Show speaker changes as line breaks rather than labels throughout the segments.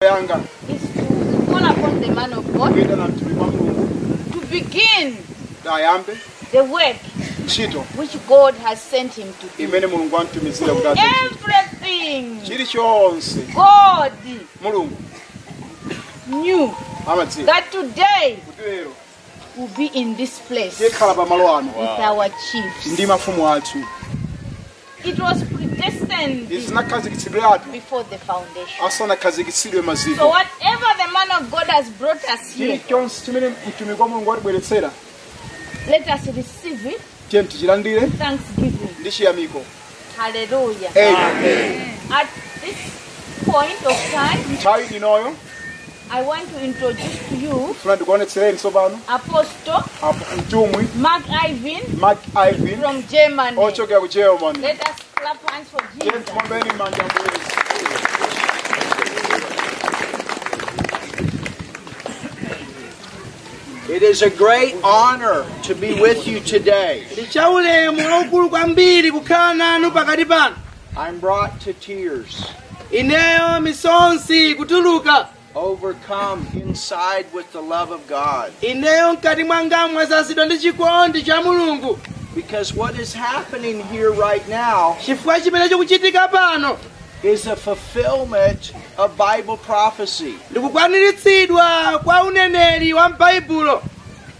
yanga
is to call upon the man of God
kuita namtume kwa mulungu
to begin
dayambe
the work
ntchito
which God has sent him to do.
imene mulungu antumizire kuti azochita.
Everything
chili chonse
God
mulungu
knew
amadziwa
that today
kuti lero
will be in this place with
tikhala pamalo ano
our chiefs.
ndi mafumu athu
It was predestined
zinakhazikitsidwatu
before the foundation.
asanakhazikitsidwe
So
maziko
whatever the man of God has brought us here,
chilichonse chimene mtumiki wa mulungu watibweretsera
let us receive it
tiye tichilandire
thanksgiving.
ndi chiyamiko
Hallelujah.
Amen.
At this point of time,
nthawi inoyo
I want to introduce to you
funa ndikuonetsereni tsopano
Apostle
apo mtumwi
Mark Ivan
mark ivin
from Germany.
ochokera ku germany
Let us clap hands for
Tiye
Jesus.
timombeni manja mwezi
It is a great honor to be with you today.
ndi chaulemu laukulu kwambiri kukhala nanu pakati panu
I'm brought to tears,
ineyo misonsi ikutuluka
overcome inside with the love of God.
ineyo mkati mwangamu mwasasidwa ndi chikondi cha mulungu
Because what is happening here right now
chifukwa chimene chikuchitika pano
is a fulfillment of Bible prophecy.
ndikukwaniritsidwa kwa uneneri wa m'baibulo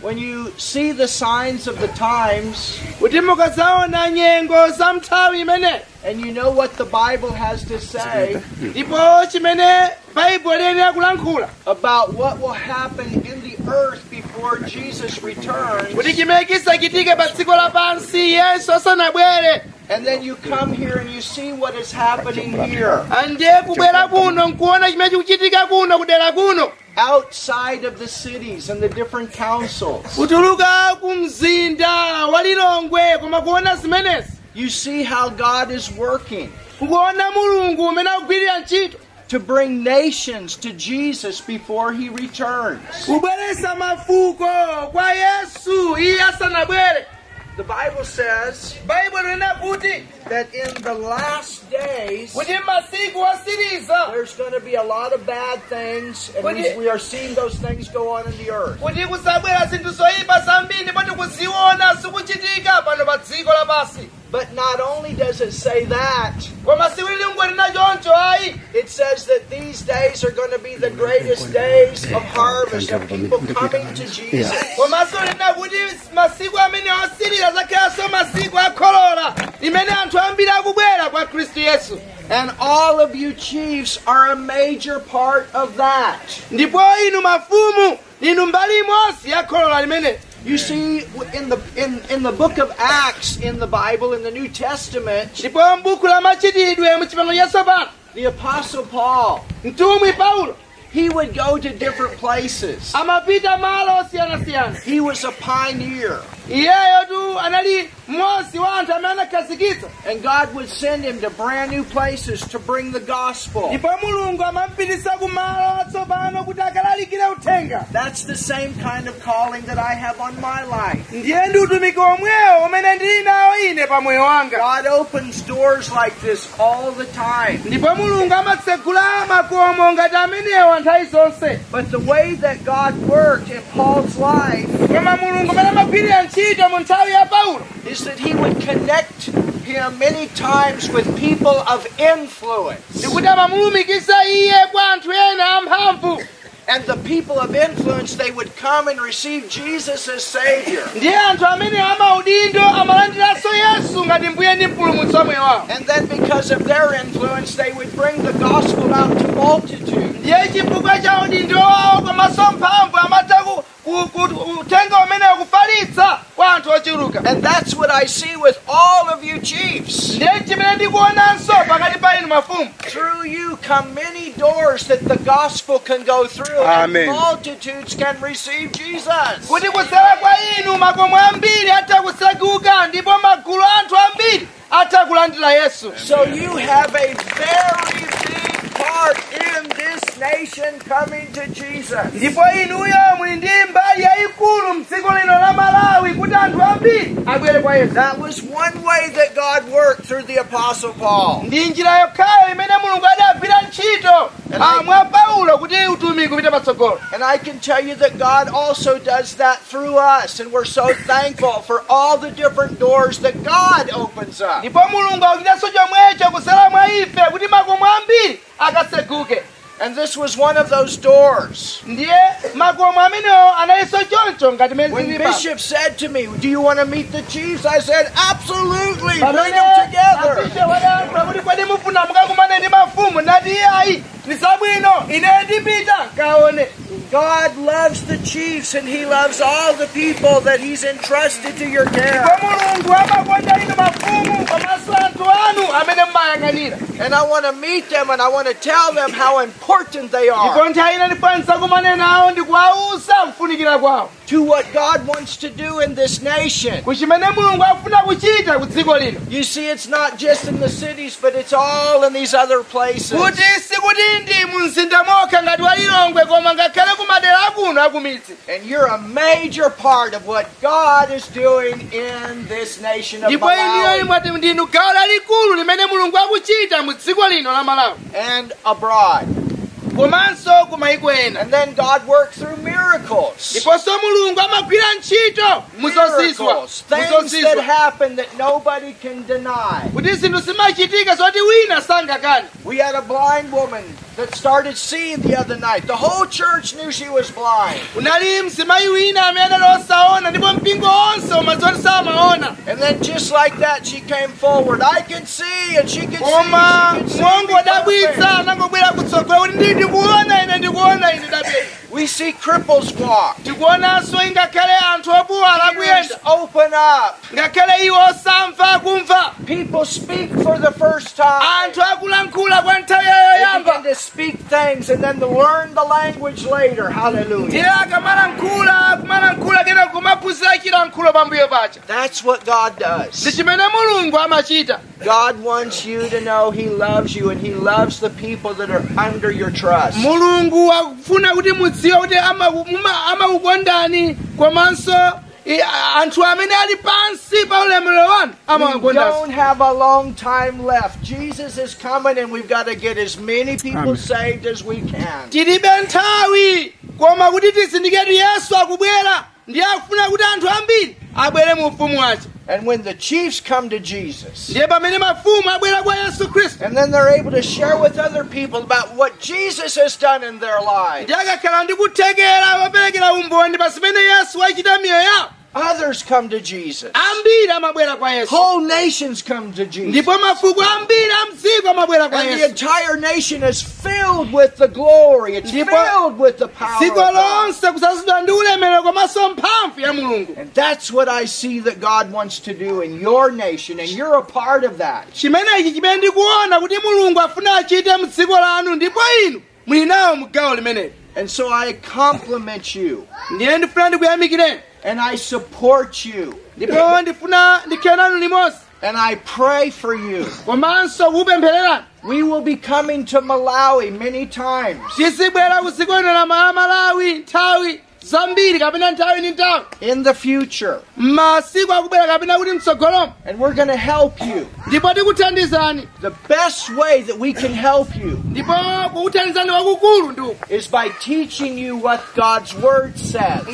When you see the signs of the times
kuti mukazaona nyengo za mnthawi imene
and you know what the Bible has to say
ndipo chimene baibulo liyenera kulankhula
about what will happen in the earth before Jesus
kuti
returns,
chimene kisachitike pa dziko lapansi yesu asanabwere
and then you come here and you see what is happening here.
ndiye kubwera kuno nkuona chimene chikuchitika kuno kudera kuno
outside of the cities and the different councils.
kutuluka kumzinda walilongwe koma kuona zimenezi
You see how God is working
kukuona mulungu umene akugwirira ntchito
to bring nations to Jesus before he returns.
kubweresa mafuko kwa yesu iye asanabwere
The Bible says
baibulo lina kuti
that in the last days
kuti masiku osiriza
there's going to be a lot of bad things and
Would
we,
you-
we are seeing those things go on in the earth.
kuti kusabwera zinthu zoyipa zambiri ndipo tikuziona zikuchitika pano pa dziko lapasi
But not only does it say that,
koma sikulilingwe lina choncho ayi
it says that these days are going to be the greatest days of harvest of people coming to Jesus.
komanso lina kuti masiku amene osirira zakhalanso masiku akholora imene anthu ambiri akubwera kwa khristu yesu
And all of you chiefs are a major part of that.
ndipo inu mafumu inu mbali imosi yakholora limene
You see, in the in, in the book of Acts in the Bible in the New Testament,
ndipo m'buku la machitidwe muchipano chatsopano
the apostle Paul
mtumwi paulo
he would go to different places.
amapita malo osiyanasiyana
He was a pioneer,
iyeyo tu anali mmodzi wa anthu amene anakhazikitsa
and God would send him to brand new places to bring the gospel.
ndipo mulungu amamupitisa ku malo atsopano kuti akalalikire uthenga
That's the same kind of calling that I have on my life.
ndiye ndi utumiki omwewo umene ndili nawo ine pa moyo wanga
God opens doors like this all the time.
ndipo mulungu amatsegula makomo ngati amenewa nthawi zonse
But the way that God worked in Paul's life
koma mulungu amene amagwirira ntchito mu nthawi ya paulo
is that he would connect him many times with people of influence.
ndikuti amamulumikiza iye kwa anthu ena amphamvu
And the people of influence, they would come and receive Jesus as Savior.
ndiye anthu amene amaudindo amalandiranso yesu ngati mbuye ndi mpulumutsi wa moyo wawo
And then because of their influence, they would bring the gospel out to multitudes.
ndiye chifukwa cha udindo wawo komanso mphamvu amatha ku- ku- ku- uthenga umene akufalitsa kwa anthu ochuluka
And that's what I see with all of you chiefs.
ndiye chimene ndikuonanso pakati pa inu mafumu
Through you come many doors that the gospel can go through.
Amen.
And multitudes can receive Jesus.
kuti kusera kwa inu makomo ambiri atha kusakuka ndipo magulu anthu ambiri atha kulandira yesu
So you have a very big part in this nation coming to Jesus.
ndipo inuyo muli ndi mbali yayikulu mdziko lino la malawi kuti anthu ambiri abwere kwa yesu
That was one way that God worked through the Apostle Paul.
ndi njira yokhayo imene mulungu adagwira ntchito amwa paulo mbi kupita patsogolo
And I can tell you that God also does that through us, and we're so thankful for all the different doors that God opens up.
ndipo mulungu akuchitanso chomwecho kusala mwa ife kuti makomo ambiri akaseguke
And this was one of those doors.
ndiye makomo amenewo analinso choncho ngati
When
mezilipa
Bishop said to me, Do you want to meet the chiefs? I said, Absolutely, bring
Pamene
them together.
mabisho wadayankha kuti kodi mufuna mukakumane ndi mafumu nati iye ayi ni zabwino ineyo ndipita nkaone
God loves the chiefs and he loves all the people that he's entrusted to your
ndipo
care.
mulungu amakonja inu mafumu komanso anthu anu amene mmayang'anira
And I want to meet them and I want to tell them how important they are
ndipo nthawi ina ndikwanisa kumane nawo ndikuwawuza kufunikira kwawo
to what God wants to do in this nation.
kuchimene mulungu akufuna kuchita ku dziko lino
You see, it's not just in the cities, but it's all in these other places.
kuti sikuti ndi mu mzinda mokha ngati wa lilongwe koma ngakhale ku madera akuno akumidzi
And you're a major part of what God is doing in this nation of
ndipo inuyo
Malawi
imwe ndinu gawo lalikulu limene mulungu akuchita mu dziko lino la malawi
and abroad.
komanso ku mayiko ena
And then God works through miracles.
ndiponso mulungu amagwira ntchito muzozizwa
Miracles, things that
muzozizwa
happen that nobody can deny.
kuti zinthu zimachitika zoti wina sangakani
We had a blind woman that started seeing the other night. The whole church knew she was blind.
unali mzimayi wina amene losaona ndipo mpingo onse umazoti samaona
And then just like that, she came forward. I can see, and she can
koma
see. She can
mwongo
see
wadabwitsa anangobwera kutsogolo kuti ndi ndikuona ine ndikuona ine dabera
we see cripples walk.
tikuonanso ngakhale anthu obuwala
Ears
akuyenda
open up.
ngakhale iwo osamva akumva
People speak for the first time.
anthu akulankhula kwa nthawi
They begin
yoyoyamba
to speak things and then to learn the language later. Hallelujah.
ndiye akamalankhula akumalankhula kena kumaphunzira chilankhulo pambuyo pacha
That's what God
ndi
does.
chimene mulungu amachita
God wants you to know He loves you and He loves the people that are under your trust.
mulungu akufuna kuti mudziwe kuti ama- muma- amakukondani komanso i- a- anthu amene ali pansi pa ulemerero wanu
We
amawakondanso
don't have a long time left. Jesus is coming, and we've got to get as many people saved as we can.
tilibe nthawi koma kuti tizindiketu yesu akubwera ndiye akufuna kuti anthu ambiri abwere mu ufumu wace
And when the chiefs come to Jesus,
ndiye pamene mafumu abwera kwa yesu khristu
and then they're able to share with other people about what Jesus has done in their lives,
ndiye akakhala ndi kuthekera woperekera umboni pa zimene yesu wachita miyo yawo
others come to Jesus.
ambiri amabwera kwa yesu
Whole nations come to Jesus.
ndipo mafuko ambiri amdziko amabwera kwa
And the
yesu
entire nation is filled with the glory. It's
Ndipo-
filled with the power. of
dziko
God.
lonse kusazidwa ndi ulemerero komanso mphamvu ya mulungu
And that's what I see that God wants to do in your nation, and you're a part of that.
chimenechi chimene ndikuona kuti mulungu afuna achite mu dziko lanu ndipo inu muli nawo mu gawo limeneli
And so I compliment you
ndiye ndifuna ndikuyamikireni
and I support you
ndipo ndifuna ndikhala nanu limodzi
and I pray for you.
komanso kupemphererani
We will be coming to Malawi many times
tizibwera ku dziko lino la mala malawi nthawi zambiri kapena nthawi ndi nthawi
in the future
m'masiku akubwera kapena kuti mtsogolomo
and we're going to help you.
ndipo tikuthandizani
The best way that we can help you
ndipo kukuthandizani wakukulu ndiku
is by teaching you what God's word says.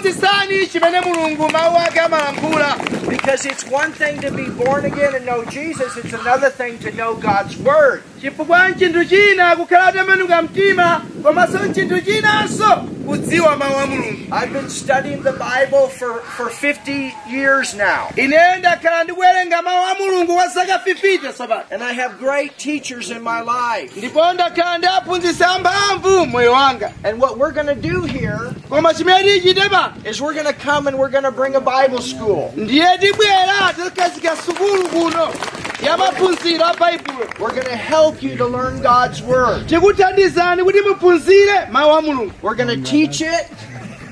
nkukuphunzitsani chimene mulungu mawu ake amalankhula
Because it's one thing to be born again and know Jesus, it's another thing to know God's word.
chifukwa mchinthu china kukhala atamenuka mtima komanso mchinthu chinanso kudziwa mawu a mulungu
I've been studying the Bible for, for 50 years now.
ine ndakhala ndikuwerenga mawu a mulungu kwa zaka 50 tsopano
And I have great teachers in my life.
ndipo ndakhala ndiaphunzitsa amphamvu moyo wanga
And what we're going to do here
koma chimene tichite pano
is we're going to come and we're going to bring a Bible school.
ndiye tibwera tikazika sukulu kuno yamaphunziro a baibulo
We're going to help you to learn God's Word.
tikuthandizani kuti muphunzire mawu a mulungu
We're going to teach it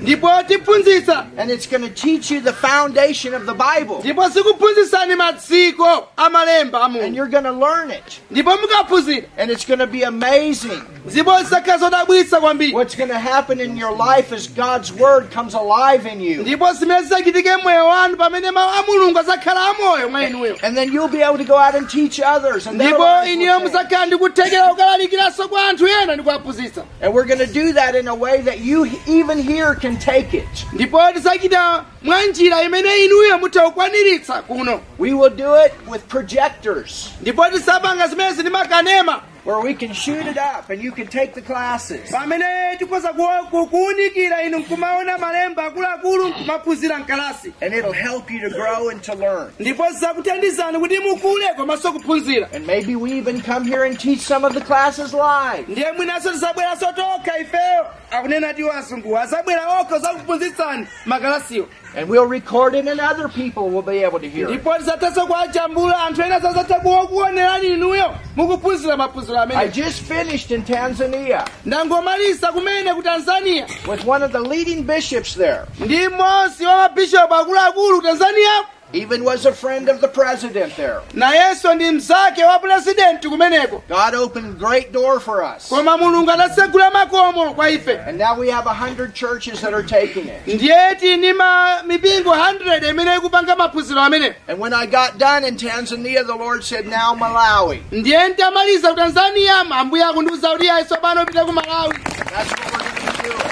ndipo tiphunzitsa
and it's going to teach you the foundation of the Bible.
ndipo sikuphunzitsani matsiko amalemba
And
amungu
you're going to learn it.
ndipo mukaphunzira
And it's going to be amazing.
ndipo zisakhala zodabwitsa kwambiri
What's going to happen in your life as God's Word comes alive in you.
ndipo zimene zidzachitike mmoyo wanu pamene mawu a mulungu azakhala amoyo mwa inuyo
And then you'll be able to go out and teach others. And, their
ndipo
lives will
iniyo
change.
mudzakhala ndikuthekera kukalalikiraso kwa anthu ena ndi kuwaphunzitsa
and we're going to do that in a way that you even here can take it.
ndipo tidzachita mwa njira imene inuyo mutha kukwaniritsa kuno
We will do it with projectors
ndipo tisapanga zimenezi ndi makanema
where we can shoot it up and you can take the classes.
pamene tikhoza kuwo- ku- kuwunikira inu nkumaona malemba akuluakulu nkumaphunzira mkalasi
And it'll help you to grow and to learn.
ndipo zakuthandizani kuti mukule komanso kuphunzira
And maybe we even come here and teach some of the classes live.
ndiye mwinanso tisabweranso tokha ifeyo akunena tiwo asunguwo azabwera okha zakuphunzitsani makalasiwo
And we'll record it and other people will be able to hear it.
ndipo tisathanso kuwajambula anthu ena sazatha kuwokuonerani inuyo mukuphunzira maphunziro
I
amene
just finished in Tanzania
ndangomalisa kumene ku tanzania
with one of the leading bishops there.
ndi mmodzi wa mabishopu akuluakulu tanzania
Even was a friend of the president there.
nayenso ndi mzake wa pulezidenti kumeneko
God opened a great door for us.
koma mulungu adasegula makomo kwa ife
And now we have a hundred churches that are taking it.
ndiye tini ma mipingo 100 imene ikupanga maphunziro amenewo
And when I got done in Tanzania, the Lord said, Now Malawi.
ndiye ndamaliza ku tanzania ambuye akundiuza kuti yayi tsopano upite ku malawi
That's what we're going to be doing.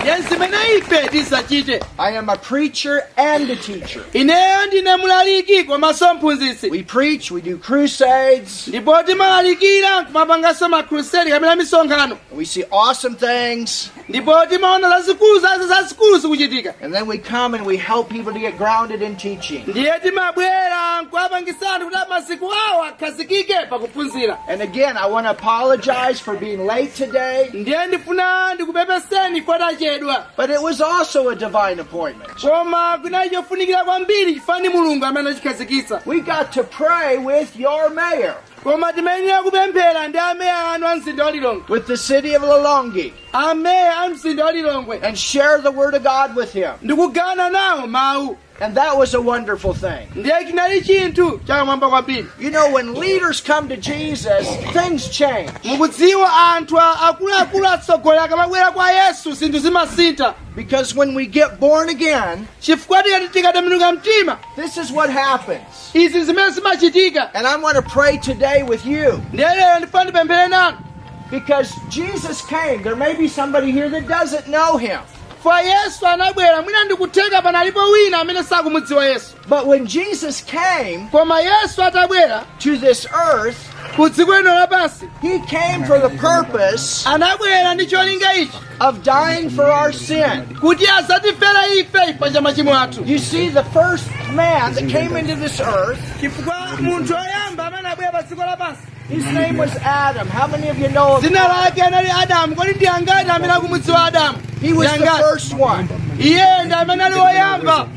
ndiye zimene ife tizachite
I am a preacher and a teacher.
ineyo ndine mulaliki komanso mphunzitsi
We preach, we do crusades,
ndipo timalalikira kumapanganso makruseli kapena misonkhano
we see awesome things,
ndipo timaona zazikulu zazo zazikulu zikuchitika
and then we come and we help people to get grounded in teaching.
ndiye timabwera nkuwapangisani kuti amasiku awo akhazikike pakuphunzira
And again, I want to apologize for being late today,
ndiye ndifuna ndikupepeseni kwatachedwa
but it was also a divine appointment.
koma kunayi chofunikira kwambiri chifani mulungu amene achikhazikitsa
We got to pray with your mayor,
koma timayenera kupemphera ndi ameya anu a mzinda walilongwe
with the city of Lolongi,
ameya a mzinda walilongwe
and share the word of God with him.
ndikugana nawo mawu
And that was a wonderful thing.
ndiye chinali chinthu chakumwamba kwambiri
You know, when leaders come to Jesus, things change.
mukudziwa anthu a- akuluakulu atsogoleri akamabwera kwa yesu zinthu zimasintha
Because when we get born again,
chifukwa tikati tikatembenuka mtima
this is what happens.
izi zimene zimachitika
And I want to pray today with you.
ndiye lero ndifuna ndipemphere nanu
Because Jesus came. There may be somebody here that doesn't know him.
fa yesu anabwera mwina ndikutheka panalipo wina amene sakumudziwa yesu
But when Jesus came
koma yesu atabwera
to this earth,
ku dziko lino lapansi
he came for the purpose
anabwera ndi cholinga ichi
of dying for our sin.
kuti azatifera ife ifanja machimo athu
You see, the first man that came into this earth,
chifukwa munthu woyamba amene abwera pa dziko lapansi
his name was Adam. How many of you know of
dzina lake anali adamu kodi ndi angati amene akumudziwa adamu
He was the
Ndiyangati?
first one.
iye ndi amene ali woyamba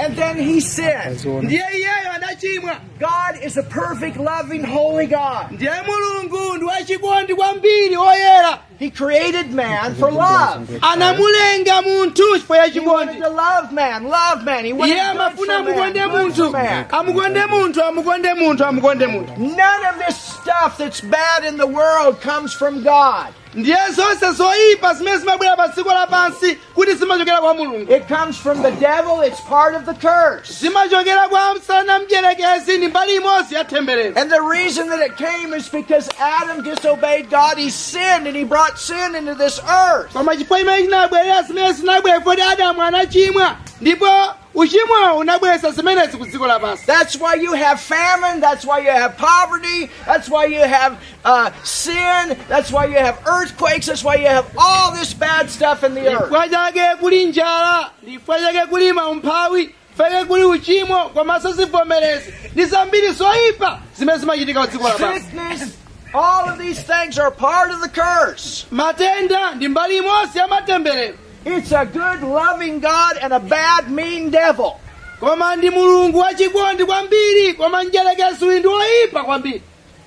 And then he sinned.
ndiye iyeyo adachimwa
God is a perfect, loving, holy God.
ndiye mulungu ndi wachikondi kwambiri woyera
He created man for love.
anamulenga munthu chifukwa ya
He wanted
chikondi
to love man, love man. He wanted
iye
to
amafuna amukonde munthu
man.
amukonde munthu amukonde munthu amukonde munthu
None of this stuff that's bad in the world comes from God.
ndiye zonse zoyipa zimene zimabwera pa dziko lapansi kuti zimachokera kwa mulungu
It comes from the devil. It's part of the curse.
zimachokera kwa msana mdierekezi ndi mbali imodzi ya temberero
And the reason that it came is because Adam disobeyed God. He sinned and he brought sin into this earth.
koma chifukwa imene chinabwerera zimene zinabwera kuti adamu anachimwa ndipo uchimwawo unabweretsa zimenezi ku dziko lapansi
That's why you have famine. That's why you have poverty. That's why you have uh, sin. That's why you have earthquakes. That's why you have all this bad stuff in the earth.
chifukwa chake kuli njala ndifukwa chake kuli maumphawi feke kuli uchimo komanso zivomerezi ndi zambiri zoyipa zimene zimachitika ku dziko lapansi
Sickness. All of these things are part of the curse.
matenda ndi mbali imodzi ya matemberero
It's a good, loving God and a bad, mean devil.
koma ndi mulungu wachikondi kwambiri koma mdierekezi uyu ndi woyipa kwambiri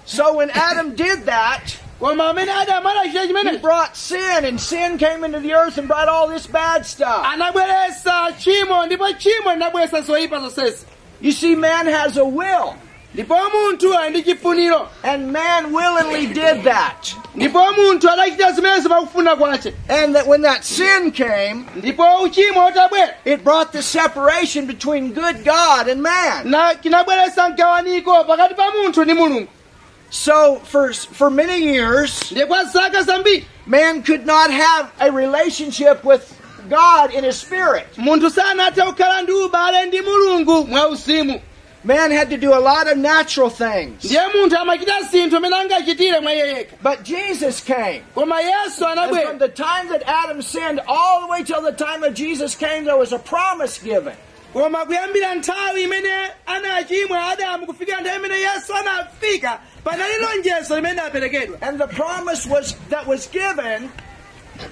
So when Adam did that,
koma amene adamala chita
He
chimenecho
brought sin, and sin came into the earth and brought all this bad stuff.
anabweretsa tchimo ndipo tchimo linabweretsa zoyipa zonsezi
You see, man has a will,
ndipo munthu ali ndi chifuniro
and man willingly did that.
ndipo munthu adachita zimenezo pakufuna kwace
And that when that sin came,
ndipo uchimo utabwera
it brought the separation between good God and man.
na kinabweretsa mgawaniko pakati pa munthu ndi mulungu
So for for many years,
ndiye kwa zaka zambiri
man could not have a relationship with God in his spirit.
munthu sanathe kukhala ndi ubale ndi mulungu mwauzimu
Man had to do a lot of natural things.
ndiye munthu amachita zinthu amene angachitire mwa iye yekha
But Jesus came.
koma yesu
And from
anabwera
the time that Adam sinned all the way till the time of Jesus came, there was a promise given.
koma kuyambira nthawi imene anachimwa adamu kufikira nthawi imene yesu anafika panali lonjezo limene aperekedwa
And the promise was that was given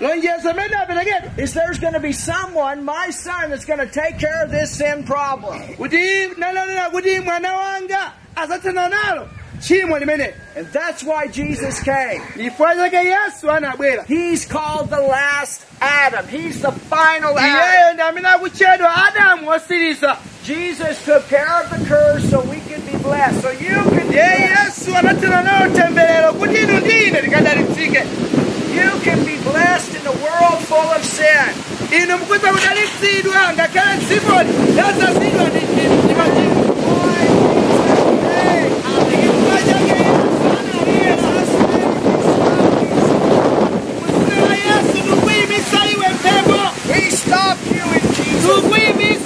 lonjezo limene aperekedwa
is there's going to be someone, my son, that's going to take care of this sin problem.
kuti nalonera kuti mwana wanga azatsana nalo tchimo limeneli
And that's why Jesus came.
chifukwa chake yesu anabwera
He's called the last Adam. He's the final Adam.
iyeyo ndi amene akutchedwa adamu osiriza
Jesus took care of the curse so we could be blessed. So you can be
ndiye
blessed.
yesu anathana nawo temberero kuti inu ndi ine tikadalitsike
You can be blessed in a world full of sin.
inu mukudza kudalitsidwa ngakhale dzikoli lazazidwa ndi chinthu chimachimo
We stop you in Jesus.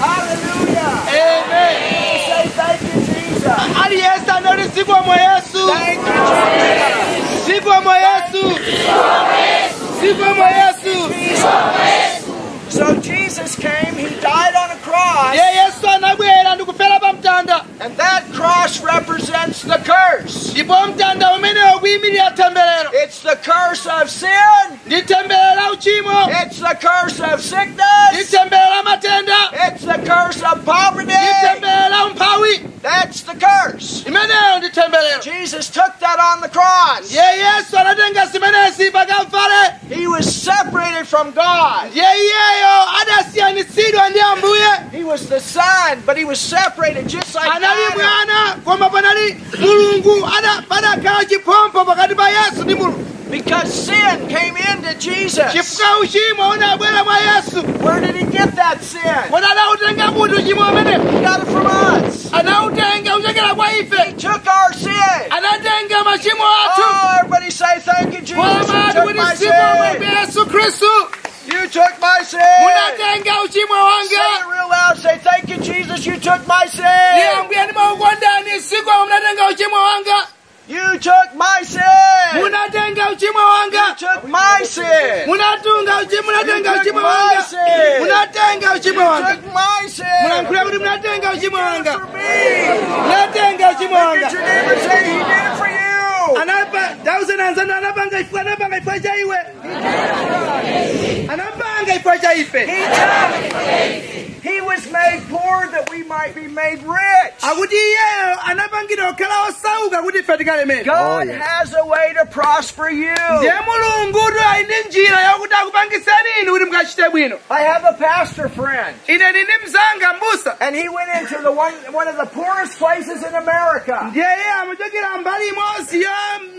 Hallelujah. We say thank you, Jesus.
aliyense anolizibwa mwa yesu
Thank you, Jesus.
zibwa mwa yesu zibwa mwa yesu
So Jesus came, he died on a cross,
ye yesu anabwera ndikufera pa mtanda
and that cross represents the curse.
ndipo mtanda umenewo kuyimirira temberero
It's the curse of sin.
ndi temberero la uchimo
It's the curse of
ndi
sickness.
temberero la matenda
It's the curse of poverty.
ndi temberero la umphawi
That's the curse.
imeneyo ndi temberero
Jesus took that on the cross.
ye yesu anatenga zimenezi pakamfale
He was separated from God.
ye iyeyo adasiyanisidwa ndi ambuye
He was the son, but he was separated just like
anali
Adam.
mwana koma panali mulungu Ada- padakhala chiphompho pakati pa yesu ndi mulungu
Because sin came into Jesus.
chifukwa uchimo unabwera mwa yesu
Where did he get that sin?
kodi anautenga kuti uchimo umenewo
He got it from us.
anautenga uchokera kwa ife
Took our sin.
anatenga machimo athu
Oh, everybody say thank you, Jesus. You
koma
took my
kuti simo
sin.
mwa yesu khristu
You took my sin.
unatenga uchimo
Say
wanga
it real loud. Say thank you, Jesus. You took my sin.
ndiyambuye ndimaukondani siku awo munatenga uchimo wanga
You took my sin.
munatenga uchimo
You
wanga
took my sin.
munatunga uchi- munatenga
You took
uchimo
my
wanga
sin.
munatenga uchimo
You
wanga
took my sin.
mulankhula kuti munatenga uchimo wanga
For me.
munatenga uchimo
Look
wanga
at your neighbor. Say he did it for you.
anapa dauzeni anzanu anapanga ifo anapanga ifo cha iwe anapanga ifo cha ife
He took. He was made poor that we might be made rich.
akuti iyeyo anapangidwa kukhala osauka kuti ife tikalemera
God has a way to prosper you.
ndiye mulungu kuti ali ndi njira yakuti akupangiseni inu kuti mukachite bwino
I have a pastor friend,
ine ndini mzanga mbusa
and he went into the one one of the poorest places in America,
ndiye iye amachokera mbali imodzi ya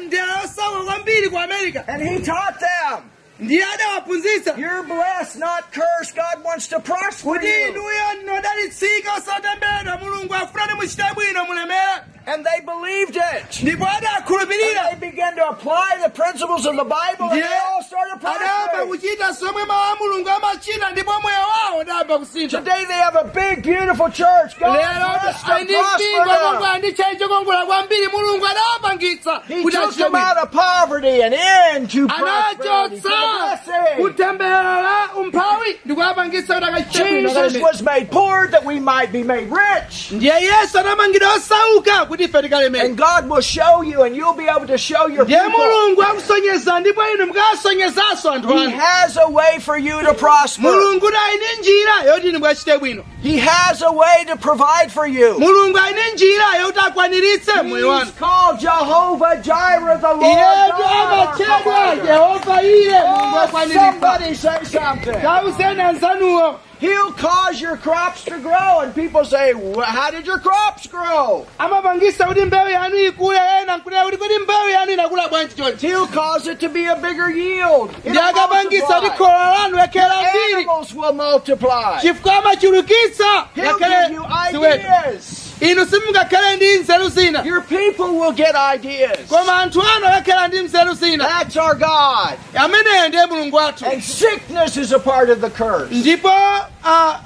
ndela yosauka kwambiri ku america
and he taught them,
ndiye adawaphunzitsa
"You're blessed, not cursed. God wants to prosper
kuti
you."
inuyo ndinodalitsika osatemberedwa mulungu afunani muchite bwino mulemere
And they believed it.
ndipo adakhulupirira
And they began to apply the principles of the Bible, and
ndiye
they all started
adayamba
prospering.
kuchita zomwe mawu a mulungu amachita ndipo moyo wawo udayamba kusintha
Today they have a big, beautiful church. God
lero
bless
ali
them,
ndi mpingo
prosper them.
kongola ndi chai chokongolera kwambiri mulungu adawapangitsa
He
kuti
took
achite
them
bwino
out of poverty and into prosperity.
anachotsa
for blessing.
kutemberera umphawi ndikuwapangitsa kuti
Jesus
akachite
was made poor that we might be made rich.
ndiye yesu anamangidwa osauka kuti ife tikalemera
And God will show you, and you'll be able to show your
ndiye
people.
mulungu akusonyeza ndipo inu ategezaso anthu
He
anu
has a way for you to prosper.
mulungu aine njira yoti ndibwe achite bwino
He has a way to provide for you.
mulungu aine njira yoti akwaniritse moyo
He's
wanu
called Jehovah Jireh, the Lord.
iyetu
God, our
amatchedwa
provider.
jehova iye mulungu
Oh,
akwaniritsa
somebody say something.
tauseni anzanuwo
He'll cause your crops to grow, and people say, "Wh- "How did your crops grow?"
amapangisa kuti mbewu yanu ikule ena nkulera kuti kodi mbewu yanu inakula bwanji chonchi
He'll cause it to be a bigger yield. It'll
ndi akapangisa kuti
multiply.
kholo lanu yakhera mbiri
Animals will multiply.
chifukwa amachulukitsa
He'll
yakhale
give you
ziweto
ideas.
inu simungakhale ndi nzeru zina
Your people will get ideas.
koma anthu anu akakhela ndi nzeru zina
That's our God.
ameneyo ndiye mulungu wathu
And sickness is a part of the curse.
ndipo ah, ah,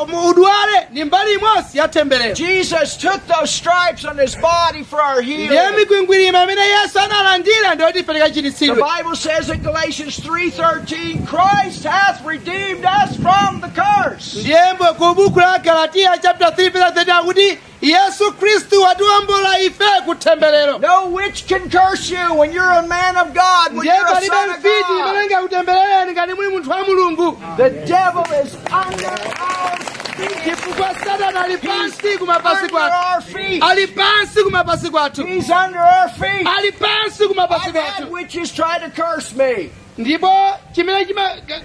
ah, mu- udwale ndi mbali imodzi ya temberero
Jesus took those stripes on his body for our
ndiye
healing.
mikwingwirima imene yesu analandira ndiyoti ife
The
tikachititsidwe
Bible says in Galatians 3:13, Christ hath redeemed us from the curse.
ndiyembo ku buku la galatiya chapter 3 verse 13 akuti yesu khristu watiwombola ife ku temberero
No witch can curse you when you're a man of God, when
ndiye
you're a
palibe
son of
mfiti
God.
imene ingakutemberereni ngati muli munthu wa mulungu
The devil is under our feet.
chifukwa satana ali pansi kumapasi
Under
kwathu
our feet.
ali pansi kumapasi kwathu
He's under our feet.
ali pansi kumapasi
I've had
kwathu
witches try to curse me.
ndipo chimene chima ka-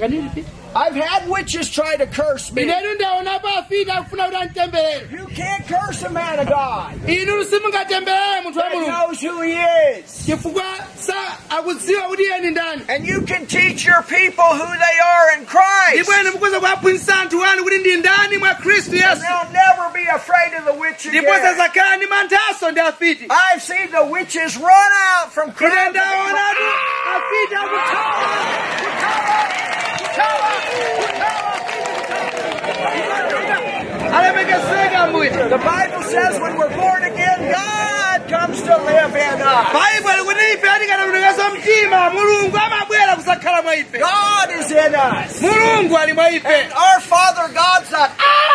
kanini pita?
I've had witches try to curse me.
inetu ndaonapo afiti akufuna kuti anditemberere
You can't curse a man of God
inu simungatemberere munthu wa
that
mulungu
knows who he is.
chifukwa sa akudziwa kuti iyeni ndani
And you can teach your people who they are in Christ.
ndipo ine mukhoza kuwapwinsira anthu wanu kuti ndi ndani mwa khristu
And
yesu
they'll never be afraid of the witch
ndipo
again.
sazakhala ndi manthaso ndi afiti
I've seen the witches run out from
ine
Christ.
ndaonatu afiti akuthawa alemekezeka mbuya
The Bible says when we're born again, God comes to live in us.
baibulo kuti ife atikanamutekeza mtima mulungu amabwera kusakhala mwa ife
God is in us.
mulungu ali mwa ife
Our Father God's not "Ah,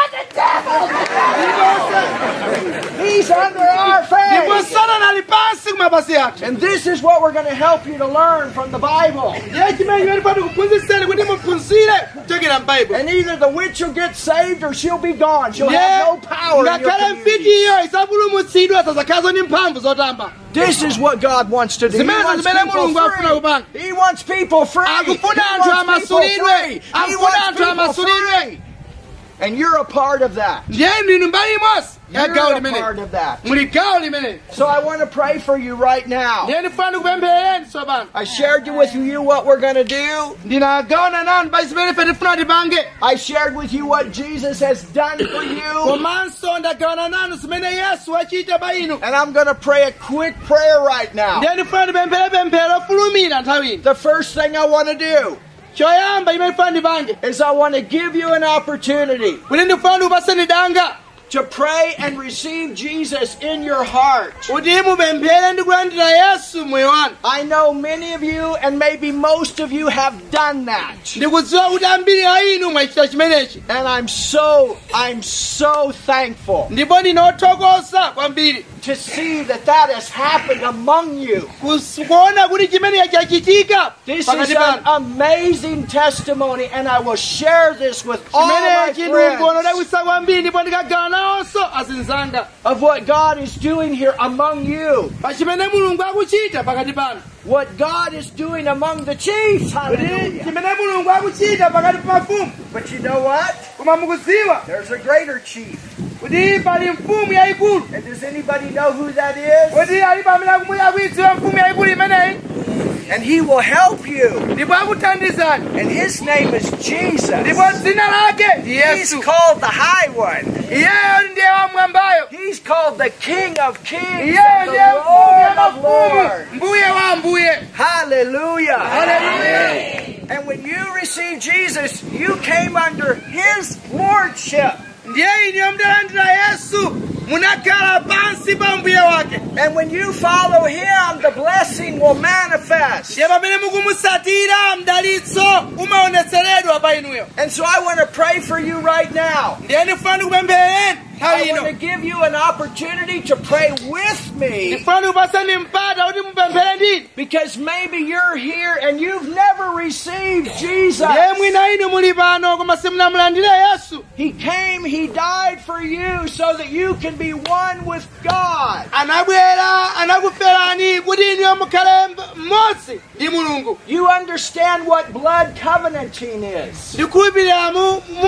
He's under our
ndipo
faith.
satana ali pansi kumapasi athu
And this is what we're going to help you to learn from the Bible.
ye chimene chimene patikuphunzitseni kuti muphunzire kuchokera mbaibulo
And either the witch will get saved or she'll be gone. She'll have no power. In your
ngakhale
community.
mfitiyo isapulumutsidwa sazakhazo ndi mphamvu zotamba
this is what God wants to do. He
Zimene-
wants
zimene
people
Mulungu afuna
free.
kupanga.
He wants people free. He
akufuna anthu
wants people free.
amasulidwe
He
akufuna anthu
wants people free.
amasulidwe
And you're a part of that.
ndiyenu inu mbali imodzi ya gawo
You're a part
limeneli
of that.
muli gawo limeneli
So I want to pray for you right now.
ndiye ndifuna ndikupempherereni tsopano
I shared you with you what we're going to do.
ndinagawana nanu basi zimene ife tifuna tipange
I shared with you what Jesus has done for you.
komanso ndagawana nanu zimene yesu wachita pa inu
And I'm going to pray a quick prayer right now.
ndiye ndifuna ndipemphere pemphere ofulumira nthawini
The first thing I want to do
choyamba chimene ndifuna ndipange
is I want to give you an opportunity
kuti ndifuna ndiupaseni danga
to pray and receive Jesus in your heart.
kuti mupemphere ndi kulandira yesu moyo wanu
I know many of you and maybe most of you have done that.
ndikudziwa kuti ambiri a inu mwachita chimenechi
And I'm so I'm so thankful
ndipo ndinothokoza kwambiri
to see that that has happened among you.
kus- kuona kuti chimene chachitika
This is
pakati
an
panu
amazing testimony and I will share this with all my
chimene chilungu
friends
onodabwisa kwambiri ndipo ndikagala nawonso azinzanga
of what God is doing here among you.
pa chimene mulungu akuchita pakati panu
What God is doing among the chiefs.
kuti
Hallelujah.
chimene mulungu akuchita pakati pa mafumu
But you know what?
koma mukudziwa
There's a greater chief.
kuti pali mfumu yayikulu
And does anybody know who that is?
kuti alipo amene akumbuya akuidziwa mfumu yayikulu imeneyi
And he will help you.
ndipo akuthandizani
And his name is Jesus.
ndipo dzina lake ndi
He's
yesu
called the High One.
iyeyo ndiye wamwambayo
He's called the King of Kings.
iyeyo
and the
ndiye mfumu ya
Lord of
mafumu
Lords.
mbuye wa mbuye
Hallelujah.
haleluya
And when you received Jesus, you came under his lordship.
ndiye iniyo mdalandira yesu munakhala pansi pa mbuye wake
And when you follow him, the blessing will manifest.
ndiye pamene mukumutsatira mdalitso umaonetseredwa pa inuyo
And so I want to pray for you right now.
ndiye ndifuna ndikupempherereni nthawi
I want to
ino
give you an opportunity to pray with me
ndifuna ndikupaseni mpata kuti mupemphere ndine
because maybe you're here and you've never received Jesus.
yemwe na inu muli pano koma simunamulandire yesu
He came, He died for you so that you can be one with God.
anabwera anakuferani kuti inu mukhale mmodzi ndi mulungu
You understand what blood covenanting is.
ndikuyimbirira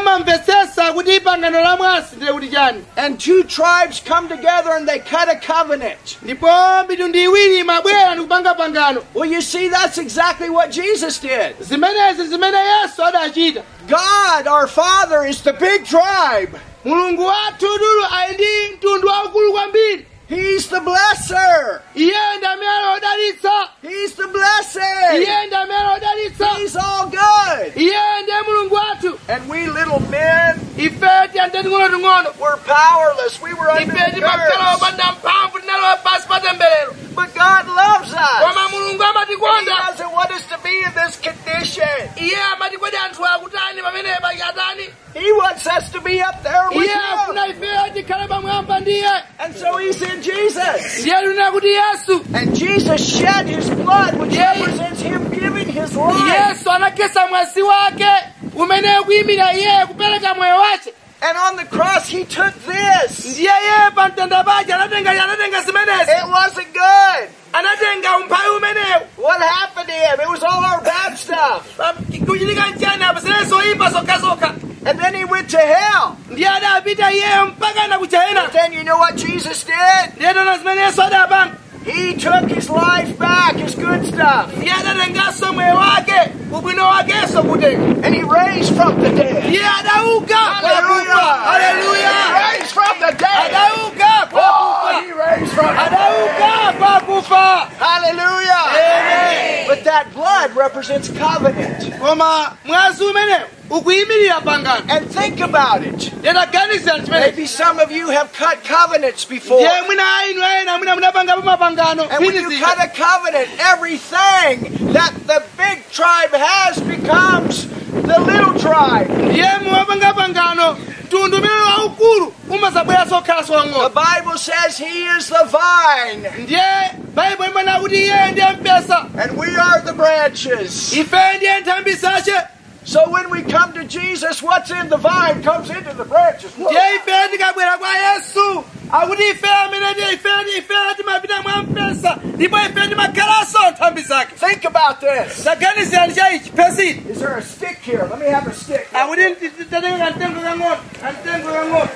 mumamvetsesa kuti pangano la mwasi ndile kuti chani
And two tribes come together and they cut a covenant.
ndipo mitundu iwiri mabwera ndikupanga pangano
Well, you see, that's exactly what Jesus did.
zimenezi zimene yesu adachita
God, our Father, is the big tribe.
mulungu wathu dulu ali ndi mtundu waukulu kwambiri
He's the blesser.
iye ndi amene odalitsa
He's the blessing.
iye ndi amene odalitsa
He's all good.
iye ndiye mulungu wathu
And we little men
ife tiyende ting'onoting'ono
were powerless. We were under
ife
the
timafera
curse.
wopanda mphamvu tinalowa pasi pa temberero
But God loves us.
koma mulungu
He
amatikonda
doesn't want us to be in this condition.
iye amatikodi anthu akutani pamene pakatani
He wants us to be up there with
iye
Him.
akuna ife tikhale pamwamba ndiye
And so He's in Jesus.
ndiye lina kuti yesu
And Jesus shed His blood, which
Yeah.
represents Him giving His life.
yesu anakesa mwazi wake umene kuyimirira iye kupereka moyo wace
And on the cross, He took this.
ndiye iye pamtanda paja anatenga anatenga zimenezi
It wasn't good.
anatenga umphawi umenewu
What happened to Him? It was all our bad stuff.
Pa- kuchitika mchani apo zile zoyipa zokhazokha
And then He went to hell.
ndiye adapita iyeyo mpaka na
But
kuchahena
then you know what Jesus did?
ndiye tona zimene yesu adapanga
He took His life back, His good stuff.
ndiye adatenganso moyo wake ubwino wakenso kutenga
And He raised from the dead.
iye adauka haleluya
He raised from the dead.
adauka kwa
Oh,
kufa
He raised from the dead.
adauka kwa kufa
Hallelujah. But that blood represents covenant.
koma mwazi umenewu ukuyimirira pangano
And think about it.
ndetaganizira chimene
Maybe some of you have cut covenants before.
ndiye mwina ainu ena mwina munapangapo mapangano
And Eh, when you cut a covenant, everything that the big tribe has becomes the little tribe.
ndiye muwapanga pangano tundu umene waukulu umazabwera sokhala
The
solongola
Bible says he is the vine
ndiye baibulo imene akuti iye ndiye mpesa
and we are the branches.
ife ndiye nthambi zace
So when we come to Jesus, what's in the vine comes into the branches.
ndiye ife tikabwera kwa yesu akuti ife amene ndiye ife ndi ife timapita mwa mpesa ndipo ife timakhalanso nthambi zake
Think about this.
taganizirani chaichi phesiti
Is there a stick here? Let me have a stick.
akuti titatenga kantengo kang'ono kantengo kang'ono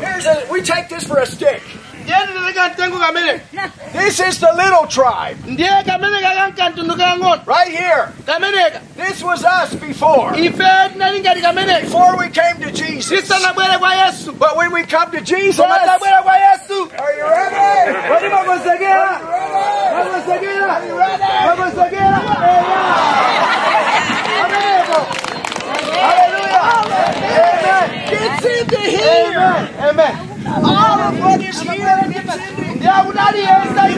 Here's a, we take this for a stick.
ndiye titatenga mtengo kamene
This is the little tribe
ndiye kamene kakanka mtundu kang'ono
right here.
kameneka
This was us before.
ife tinali ngati kameneka
Before we came to Jesus.
tisanabwere kwa yesu
But when we come to Jesus,
koma
are
tabwera kwa yesu
you ready?
poti makonzekera makonzekera makonzekera
Amen. Gets into here. All of what is here gets into here.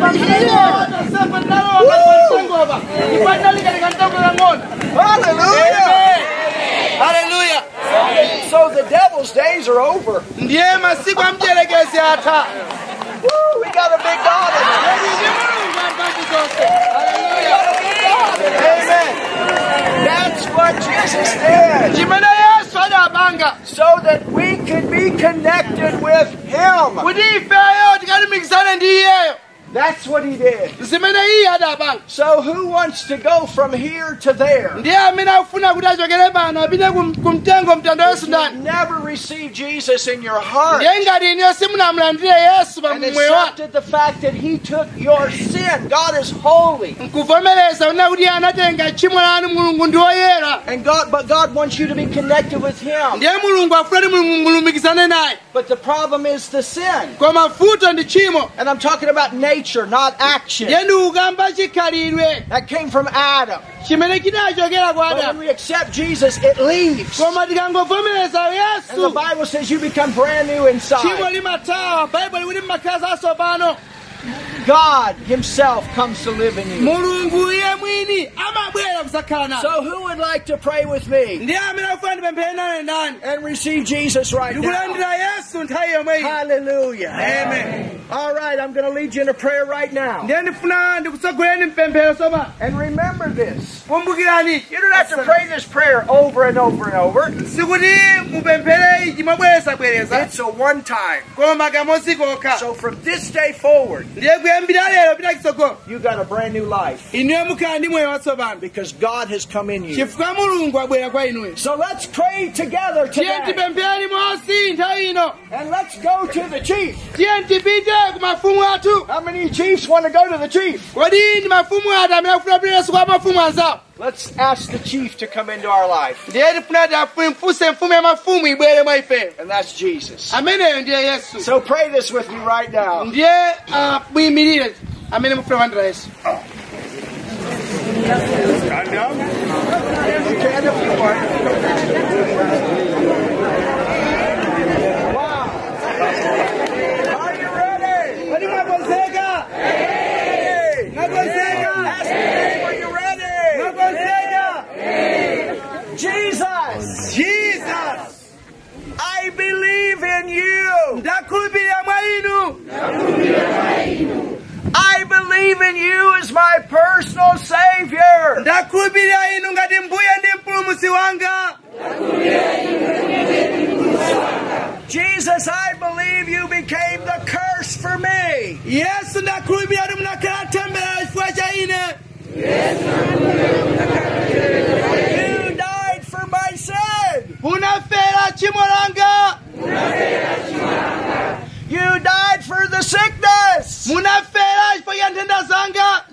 Hallelujah.
haleluya
So the devil's days are over.
ndiye masiku amdierekezi atha
Woo, we got a big God in it.
ndi mulungu amphamvu zonse
We got a big God in it. Amen. That's what Jesus did.
chimene yesu adapanga
so that we can be connected with Him.
kuti ifeyo tikalimikisane ndi iyeyo
That's what He did.
zimene iye adapanga
So, who wants to go from here to there?
ndiye amene akufuna kuti achokere pano apite kum- kumtengo mtanda wesu ndani
Never receive Jesus in your heart
ndiye ngati iniyo simunamulandire yesu pa
and
mmwe wanu
accepted the fact that He took your sin. God is holy.
nkuvomereza una kuti iye anatenga tchimo lanu mulungu ndi woyera
And God, but God wants you to be connected with Him.
ndiye mulungu akufuna kuti mulungu mulumikisane naye
But the problem is the sin.
koma futo ndi tchimo
And I'm talking about nature, not action.
ndiye ndi ukamba chikhalidwe
That came from Adam.
chimene chinachokera kwa
But when
adamu
we accept Jesus, it leaves.
koma tikangovomereza
And the
yesu
Bible says you become brand new inside.
tchimo limathawa baibulo likuti mmakhala zaso pano
God Himself comes to live in you.
mulungu iye mwini amabwera kusakhala nawo
So, who would like to pray with me
ndi amene akufuna ndipemphera nayo ndani
and receive Jesus right now?
ndikulandira yesu nthawi yomweyi
Hallelujah.
amen
All right, I'm going to lead you in a prayer right now.
ndiye ndifuna ndikutsogoleni mpemphero soma
And remember this
kumbukirani
you don't have to pray this prayer over and over and over,
sikuti mupemphere iji mobwerezabwereza
it's a one time.
koma kamozi kokha
So, from this day forward,
ndiye kuyambira lero pita kitsogolo
you got a brand new life
inuyo mukhala ndi moyo watsopano
because God has come in you.
chifukwa mulungu abwera kwa inuyo
So, let's pray together
tiye
today.
ndipempheni mosi nthawi ino
And let's go to the chief.
tiye ndipite ku mafumu athu
How many chiefs want to go to the chief?
kodi ndi mafumu athu amene akufuna kuti yesu kwa mafumu anzawo
Let's ask the chief to come into our life,
ndiye tifuna kuti mpuse mfumu ya mafumu ibwere mwa ife
and that's Jesus.
ameneyo ndiye yesu
So pray this with me right now.
ndiye amuyimirire amene mukufuna kulandira yesu
Stand if you want. Wow. Are you ready?
kodi mwakonzeka mwakonzeka
Ask the name, are you ready?
mwakonzeka
Jesus,
jesus
I believe in you.
ndakhulupirira mwa inu
I believe in you as my personal Savior.
ndakhulupirira inu ngati mbuye ndi mpulumusi wanga
Jesus, I believe you became the curse for me.
yesu ndakhulupirira kuti munakhala tembelero chifukwa cha ine
You died for my sin.
munafera tchimo langa
You died for the sickness.
munafera chifukwa cha nthenda zanga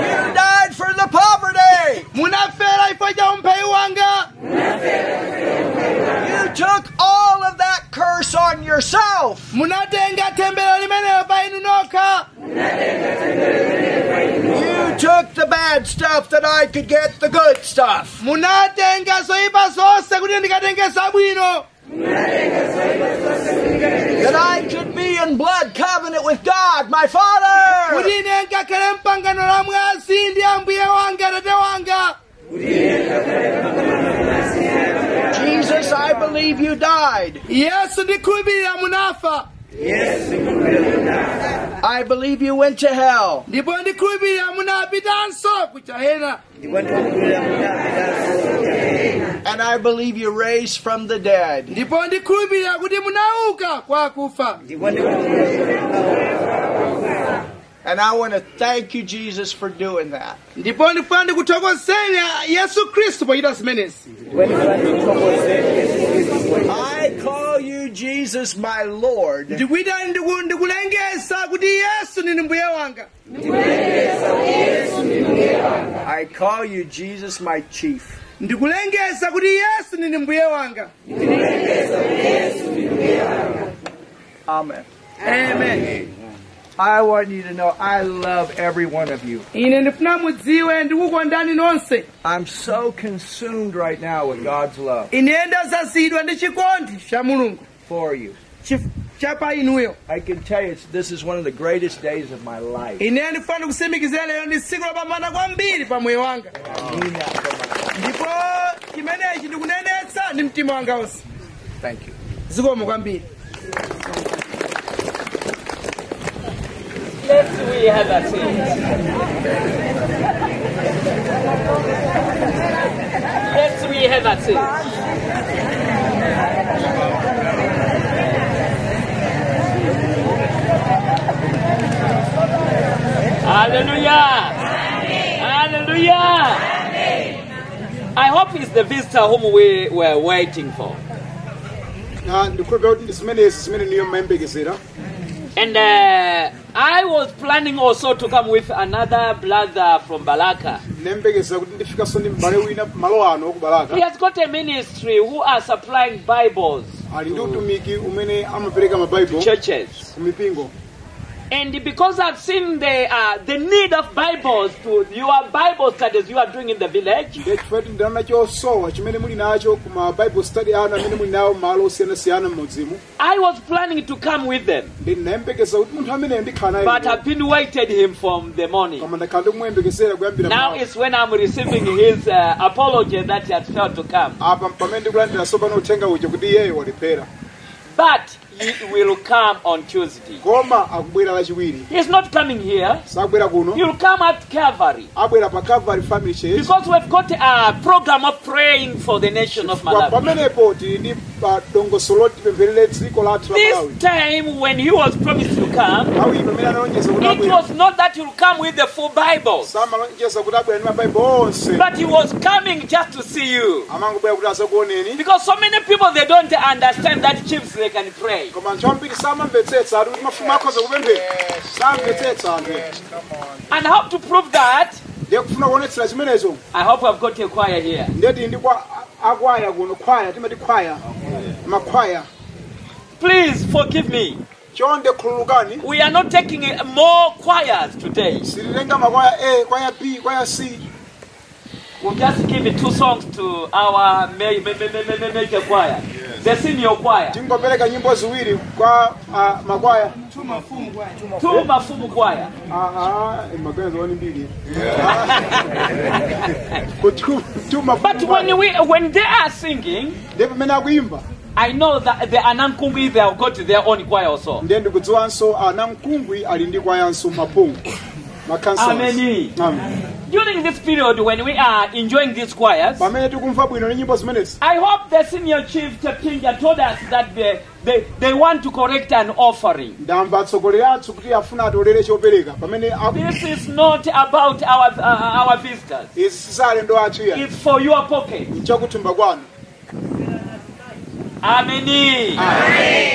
You died for the poverty.
munafera chifukwa cha umphawi wanga
You took all of that curse on yourself.
munatenga tembelero limenelo pa inu nokha
You took the bad stuff that I could get the good stuff.
munatenga zoyipa zonse kuti ndikatenge zabwino
That I could be in blood covenant with God, my Father.
kuti ine ngakhale mpangano la mwazi ndi ambuye wanga atate wanga
Jesus, I believe you died.
yesu ndikhulupirira munafa
I believe you went to hell.
ndipo ndikhulupirira munapitanso ku chahena
And I believe you raised from the dead.
ndipo ndikhulupirira kuti munauka kwa akufa
And I want to thank you, Jesus, for doing that.
ndipo ndifuna ndikuthokozera yesu khristu pochita zimenezi
I call you, Jesus, my Lord.
ndikuita ndiku- ndikulengesa kuti yesu ndini mbuye wanga
I call you Jesus my chief.
ndikulengesa kuti yesu ndini mbuye wanga
Amen.
amen
I want you to know I love every one of you.
ine ndifuna mudziwe ndikukondani nonse
I'm so consumed right now with God's love
ine ndazazidwa ndi chikondi cha mulungu
for you.
chif- cha pa inuyo
I can tell you it's, this is one of the greatest days of my life.
ine ndifuna ndikusimikizira lero ndi tsiku lopambana kwambiri pa moyo wanga
Mean that for myself.
ndipo chimenechi ndikunenetsa ndi mtima wanga onse
Thank you.
zikomo kwambiri
Let's we have a tea. Hallelujah. Hallelujah. I hope it's the visitor whom we were waiting for.
Ah, ndikhulupira kuti ndi zimene izi zimene niyo mmayembekezera
And uh, I was planning also to come with another brother from Balaka.
ndayembekezera kuti ndifikanso ndi m'bale wina malo ano wokubalaka
He has got a ministry who are supplying Bibles,
ali ndi utumiki umene amapereka mabaibulo
churches.
ku mipingo
And because I've seen the uh, the need of Bibles to your Bible studies you are doing in the village,
ndekufati ndidana chosowa chimene muli nacho kuma bible study anu amene muli nawo malo osiyanasiyana m'maudzimu
I was planning to come with them,
ndinayembekeza kuti munthu amene ndikhala naye
uh,
but I've
lero,
been waited him from the morning.
koma ndakhala ndikumuyembekesera kuyambira
Now
mmawa
is when I'm receiving his uh, apology that he had failed to come.
apa pamene ndikulandira sopano uthenga uja kuti iyeyo walephera
But he will come on Tuesday.
koma akubwera lachiwiri
He's not coming here.
sabwera kuno
He'll come at Calvary
abwera pa calvary family church
because we've got a program of praying for the nation of
Pa-
Malawi.
pamenepo tili ndi pa dongosolo tipempherere dziko lathu la malawi
This time, when he was promised to come,
awiyi pamene analonjeza kuti
it
abwera
was not that he'll come with the full Bible,
samalonjeza kuti abwera ndi mabaibo onse
but he was coming just to see you.
amangobwera kuti azakuoneni
Because so many people they don't understand that chiefs they can pray.
koma anthu ambiri samamvetsetsa ati kuti mafumu akhoza kupemphera samvetsetsa anthu
And how to prove that?
ndiye kufuna kuonetsera chimenecho
I hope I've got a choir here.
ndiyeti ndi kwa akwaya kuno khwaya timati khwaya makhwaya
Please forgive me.
chonde khululukani
We are not taking uh, more choirs today.
sitilenga makwaya a kwaya b kwaya c
We'll just give two songs to our ma- ma- ma- ma- ma- ma- major choir, the senior choir,
tingopereka nyimbo ziwiri kwa ah, makwaya
two Mafumu choir.
Aha, e, makwaya zoni mbili kutuma
But when we when they are singing,
ndiye pamene akuimba
I know that the Anamkumbi they have got their own choir also.
ndiye ndikudziwanso ana mkungwi ali ndi kwayanso mapungu
Ameni.
makansa
During this period when we are enjoying these choirs,
pamene tikumva bwino ni nyimbo zimenezi
I hope the senior chief Chepinja told us that they, they, they want to correct an offering.
ndamva atsogoleri athu kuti afuna atolere chopereka pamene aku-
This is not about our, uh, our visitors.
izi sizalendo athu ya
It's for your pocket.
chakuthumba kwanu
Amen.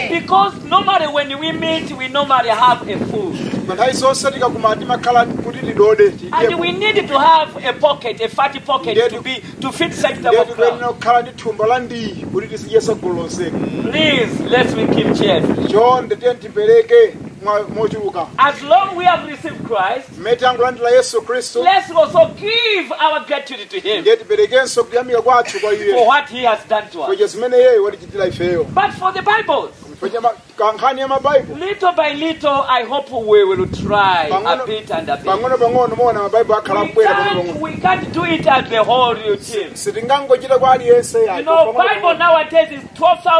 Because normally when we meet, we normally have a food.
pa nthawi zonse tikakuma timakhala kuti tidode
And we need to have a pocket, a fatty pocket to be to fit sector
ndiye
of crowd.
tikuyenera kukhala ndi thumba la ndiyi kuti tizidyesa gulu lonseka
Please, let me keep cheerful.
chonde tiye tipereke mwa- mochuluka
As long we have received Christ,
mmete angolandira yesu khristu
let's also give our gratitude to him
ndiye tiperekenso kuyamika kwathu kwa
for
iye
what he has done to us.
kuja zimene yeyo watichitira ifeyo
But for the Bibles,
Pacha ma- ka nkhani ya mabaibu
Little by little, I hope we will try a
Pangano-
bit and a bit.
pang'ono pang'ono muona mabaibu akhala
We
amkwera pang'ono
can't,
pang'ono
we can't do it as the whole team.
sitingangochita kwa aliyense
You
yacho.
know,
Pang'ono
Bible
pang'ono.
nowadays is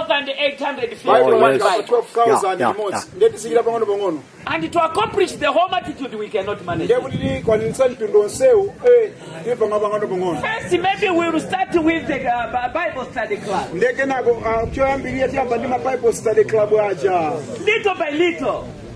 12,851
Bible
Bible.
yandika pa 12,000
Yeah, yeah,
imodzi ndiye tisikira pang'ono pang'ono
And to accomplish the whole multitude, we cannot manage.
ndiye kuti tikwaniritsa mtundu onsewu eh, tili pang'ono pang'ono pang'ono
First, maybe we will start with the uh, Bi- Bible study class.
ndiye kenako ah, choyambirira tiyamba ndi mabaibu study club aja
Little by little,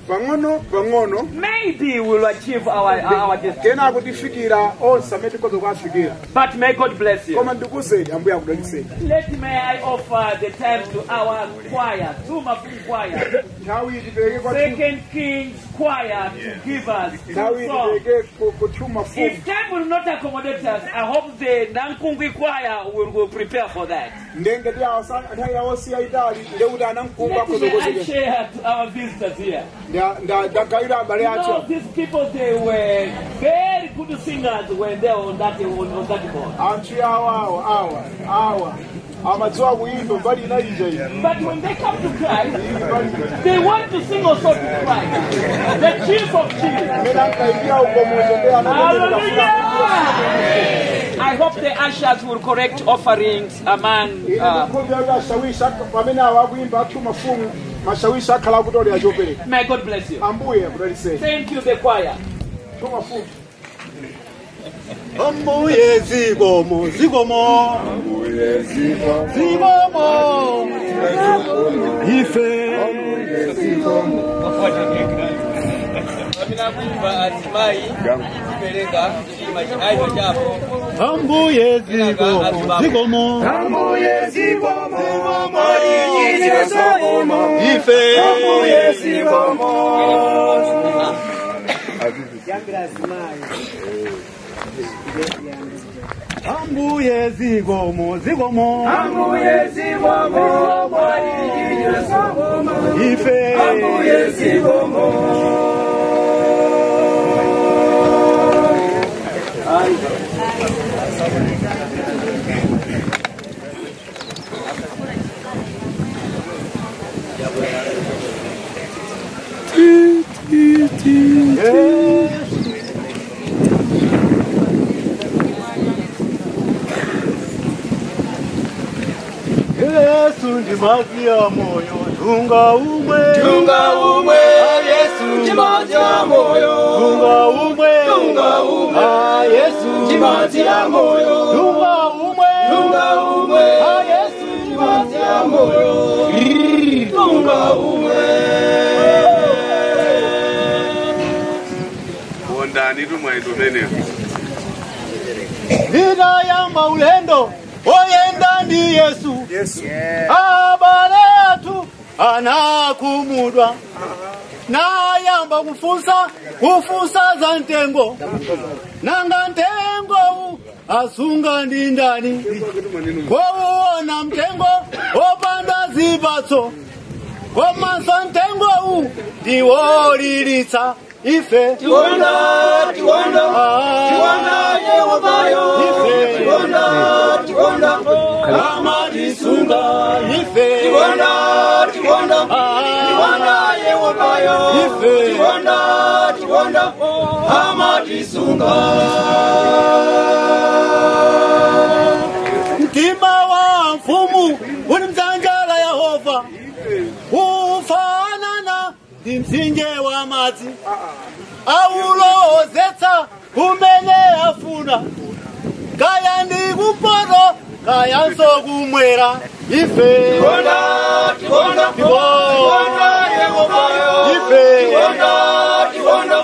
pang'ono pang'ono
maybe we'll achieve our, our destiny.
kenako tifikira onse amene tikoza kuafikira
But may God bless you.
koma ndikuzeni ambuye akudaliseni
Let may I offer the time to our choir, Tumafum choir.
nthawi tipereke kwa Thu-
Second Kings choir to give us two
nthawi
songs.
tipereke ku- kuthuma fumu
If time will not accommodate us, I hope the Nankungwi choir will, will prepare for that.
ndenge ti awasana- nthawi yawosiya itali ndekuti anamkumba
Let me I
kuzokozekesa
share to our visitors here.
ndagawira abale
You know,
athu
these people, they were very good singers when they were on that, on, on that board.
anthu awa awa awa awa amadziwa kuimba mbali ina ija iyi
But when they come to Christ, they want to sing also to Christ, the chief of chiefs.
amene ankaimbira ukomozo ndi anakufuna
Hallelujah! I hope the ushers will correct offerings among uh,
ilikukhumbira ashawishi ak- pamene awa akuimba athuma fumu mashawishi akhala akutolera chopereka
May God bless you.
ambuye akudaliseni
Thank you, the choir.
thuma fumu
Ambuye zibomo zibomo zibomo ife ambuye zibomo zibomo ife ambuye zibomo zibomo ife yesu ndimaziya moyo dunga umwe
Dunga umwe Yesu ndimatia moyo
dunga umwe
Dunga umwe
Ah, yesu
ndimatia moyo
dunga umwe
Dunga umwe
Ah, yesu
ndimatia moyo Dunga umwe
wondani lumwaito meneko
ndinayamba ulendo oyenda ndi yesu abale athu anakhumudwa nayamba kufunsa kufunsa za mtengo nanga mtengowu asunga ndi ndani wowuona mtengo wopanda zipatso komanso mtengowu ndiwolilitsa ife Ah,
Tiwonda tiwonda Tiwonda Yehovayo
Ife.
Tiwonda tiwonda Amadisunga
ife Ah,
Tiwonda tiwonda Tiwonda Yehovayo
ife
Tiwonda tiwonda Amadisunga
mtima wa mfumu uli mdzanjala yehova ufanana ndi mtsinje wa madzi awulowozetsa kumene afuna kaya ndi kumpoto kayanso kumwera ife
Tiwonda tiwonda Tiwonda Yehovayo
ife
Tiwonda tiwonda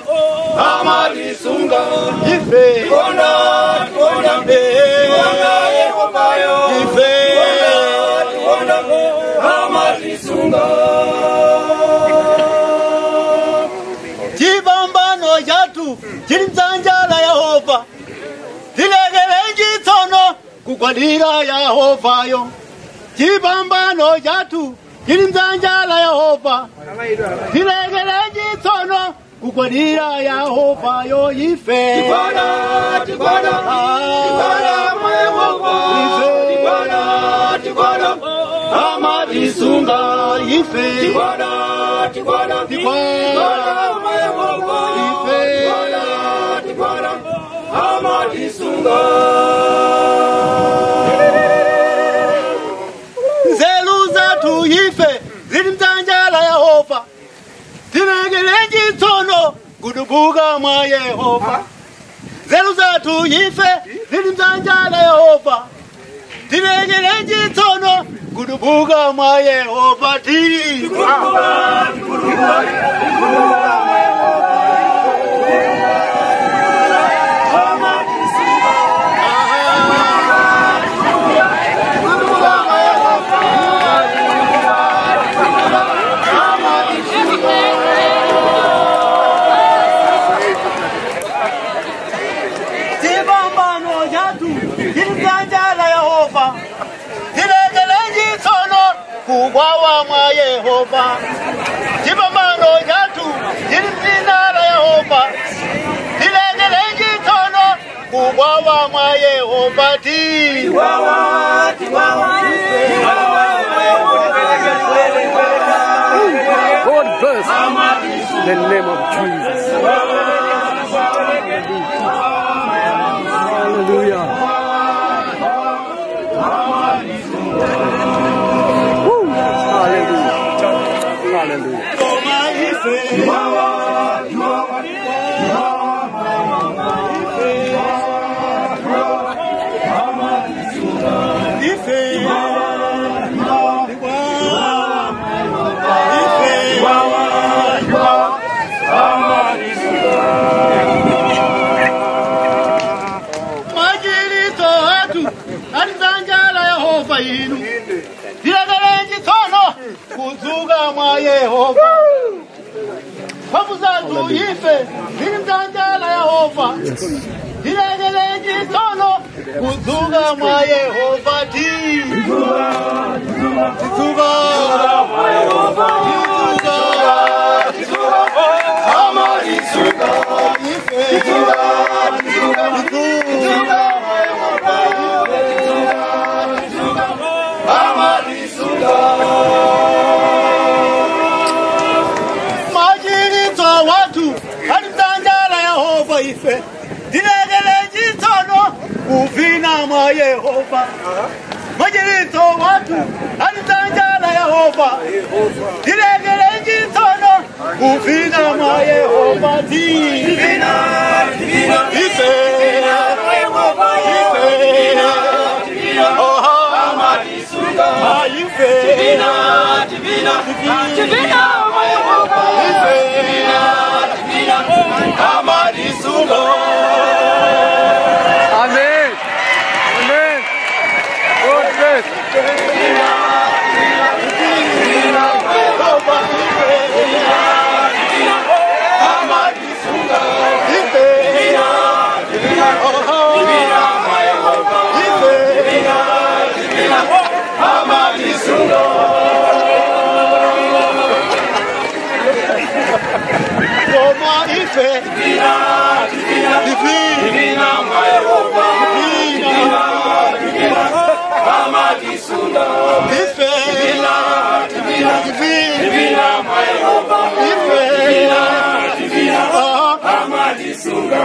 Amadisunga
ife
Tiwonda tiwonda Tiwonda Yehovayo
ife
Tiwonda Amadisunga
chipambano chathu chili mdzanja la yehova tilekelenji tsono kugwadira yehovayo chipambano chathu chili mdzanja la yehova tilekelenji tsono kugwadira yehovayo ife
Tiwonda tiwonda
Ah, ife Tikwala, ife nzeru zathu ife zili mdzanja la yehova tilekelenji tsono kudubuka mwa yehova nzeru zathu ife zili mdzanja la yehova tilekelenji tsono kudubuka mwa yehova ti chipambano chathu chili mdzanja la yehova tilekelenji tsono kukwawa mwa yehova chipambano chathu chili mdzina la yehova tilekelenji tsono kukwawa mwa yehova ti majilito athu ali mdzanja la yehova inu tilekelenji tsono kudzuka mwa yehova mphamvu zathu ife zili mdzanja la yehova tilekelenji tsono kudzuka mwa yehova ti tidzuka tidzuka tidzuka ife tidzuka tidzuka ife dilekele chitsono kuvina mwa yehova majilitso watu anitanjala yehova dilekele chitsono kuvina mwa yehova divina ife ife oho ife Roma ife. Divina, divina, divina, divina, my Roma. Divina, divina, divina, ife. Divina, divina, divina, divina, my Roma. Ife. Divina, divina, divina,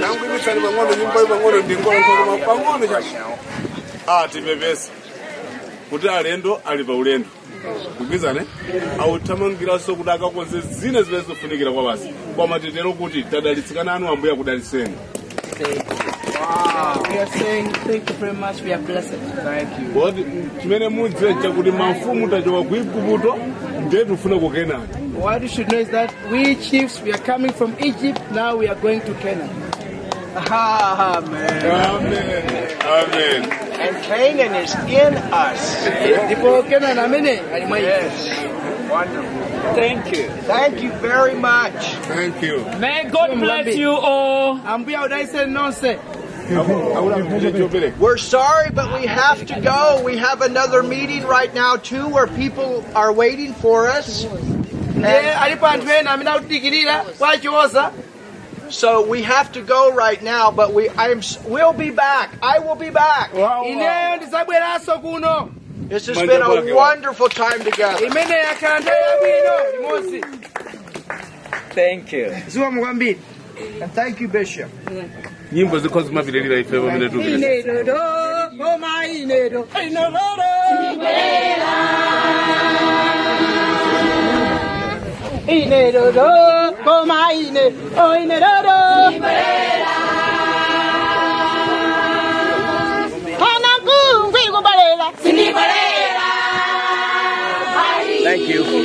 nangu imitsani pang'ono nyumba pang'ono ndingonkoma pang'ono chashawo ati pepesi Ah, kuti alendo ali paulendo kugwizane authamangiranso kuti akakonze zina zimene zikufunikira kwa basi kwamatetero kuti tadalitsikana anu ambuya kudaliseni
We are saying thank you very much. We are blessed. Thank you.
koti chimene mudziwe chakuti mafumu tachoka ku igupto ndiye tikufuna ku kenani
What you should know is that we chiefs, we are coming from Egypt. Now we are going to Canaan. Ah, man.
amen amen
And Canaan is in us. Yes. Wonderful.
Thank you.
Thank you very much.
thank you
May God bless you all.
akula mphunje chopereka
We're sorry, but we have to go. We have another meeting right now, too, where people are waiting for us.
ndiye alipo anthu ena amene akutitikirira kwa chiosa
So we have to go right now, but we I'm s- we'll be back. I will be back.
ineyo ndizabweranso kuno
This has been a wonderful time together.
imene yakhala nthawi yabwino limodzi
Thank you.
ziwa mukwambiri
And thank you, Bishop.
nyimbo zikhoza kumapitirira ife pamene tupirira
Ineroro, coma ine, o ineroro. Liberera.
Thank you.